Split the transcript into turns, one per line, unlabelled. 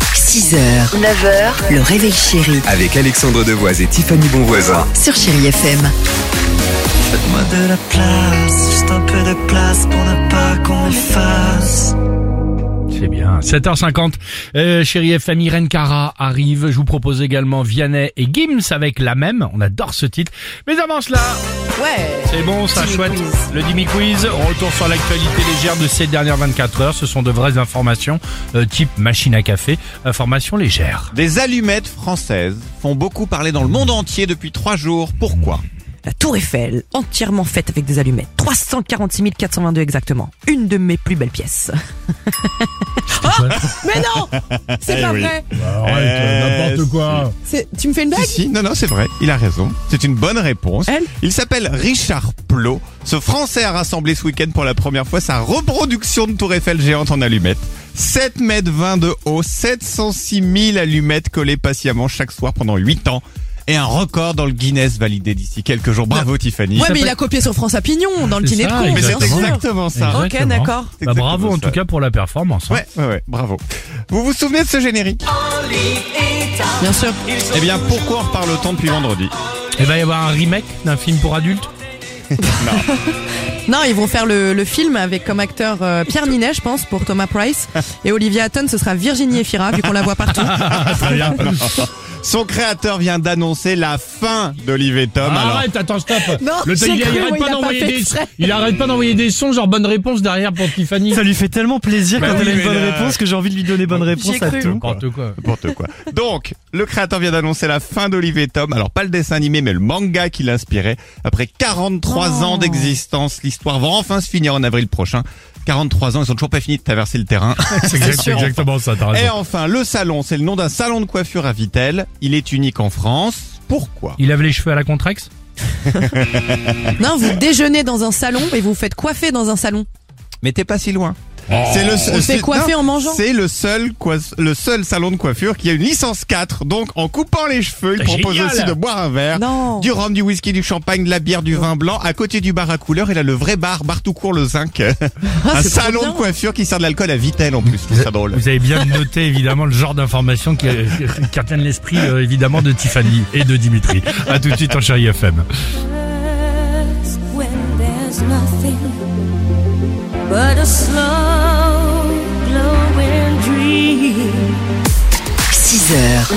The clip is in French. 6h, 9h, le réveil chéri
Avec Alexandre Devoise et Tiffany Bonvoisin.
sur Chéri FM.
Faites-moi de la place, juste un peu de place pour ne pas qu'on efface.
C'est bien. 7h50. Euh, chérie FM, Irène Cara arrive. Je vous propose également Vianney et Gims avec la même. On adore ce titre. Mais avant cela,
Ouais.
c'est bon, ça
Dimi
chouette.
Quiz.
Le Dimi Quiz. On retourne sur l'actualité légère de ces dernières 24 heures. Ce sont de vraies informations, euh, type machine à café, informations légères.
Des allumettes françaises font beaucoup parler dans le monde entier depuis trois jours. Pourquoi
La Tour Eiffel, entièrement faite avec des allumettes. 346 422 exactement. Une de mes plus belles pièces. Oh mais non C'est pas
Eh oui.
vrai
Euh, n'importe
quoi.
C'est- Tu me fais une blague
Si, si, non, non, c'est vrai, il a raison. C'est une bonne réponse.
Elle
Il s'appelle Richard Plot. Ce Français a rassemblé ce week-end pour la première fois sa reproduction de Tour Eiffel géante en allumettes. 7 mètres 20 de haut, 706 000 allumettes collées patiemment chaque soir pendant 8 ans. Et un record dans le Guinness validé d'ici quelques jours. Bravo Tiffany.
Ouais, mais
s'appelle-
il a copié sur France à Pignon dans le
C'est
dîner de
ça,
con.
mais c'est
exactement.
exactement ça.
Ok, d'accord.
Bah, bravo
Exactement
en
ça.
tout cas pour la performance. hein.
Ouais, ouais, ouais, bravo. Vous vous souvenez de ce générique
Bien sûr.
Eh bien, pourquoi on reparle autant depuis vendredi
Et va y avoir un remake d'un film pour adultes.
Non, ils vont faire le, le film avec comme acteur euh, Pierre Ninet, je pense, pour Thomas Price. Et Olivia Hatton, ce sera Virginie Efira, vu qu'on la voit partout.
Son créateur vient d'annoncer la fin d'Olivier Tom.
Ah,
alors,
arrête, attends, stop.
Non,
le
j'ai
il, il
cru, moi, il
arrête pas
a pas
d'envoyer
fait
des,
exprès.
il arrête pas d'envoyer des sons genre bonne réponse derrière pour Tiffany.
Ça lui fait tellement plaisir
Bah
quand
oui,
elle a
mais
une bonne
là-
réponse que j'ai envie de lui donner bonne réponse à
cru.
tout.
N'importe quoi.
n'importe quoi. Donc, le créateur vient d'annoncer la fin d'Olivier Tom. Alors, pas le dessin animé, mais le manga qui l'inspirait. Après 43 ans d'existence, l'histoire va enfin se finir en avril prochain. 43 ans, ils ont toujours pas fini de traverser le terrain.
C'est
exact- sûr.
exactement ça, t'as
Et enfin, le salon, c'est le nom d'un salon de coiffure à Vittel. Il est unique en France. Pourquoi
Il avait les cheveux à la Contrex
Non, vous déjeunez dans un salon et vous vous faites coiffer dans un salon.
Mais t'es pas si loin. C'est le
Oh. On
seul-
se fait
c'est-
coiffer
non,
en mangeant.
C'est le seul, coi- le seul salon de coiffure qui a une licence 4. Donc, en coupant les cheveux, il
C'est
propose
génial.
aussi de boire un verre.
Non.
Du rhum, du whisky, du champagne, de la bière, du vin blanc. À côté du bar à couleur, il a le vrai bar, bar tout court, le zinc.
Ah,
un
c'est trop
salon de
bien.
coiffure qui sert de l'alcool à Vittel, en plus. Je trouve ça drôle.
Vous avez bien noté évidemment le genre d'informations qui, qui retiennent l'esprit euh, évidemment de Tiffany et de Dimitri. À tout de suite en chérie FM.
first when there's nothing but a slow glowing dream.
6h,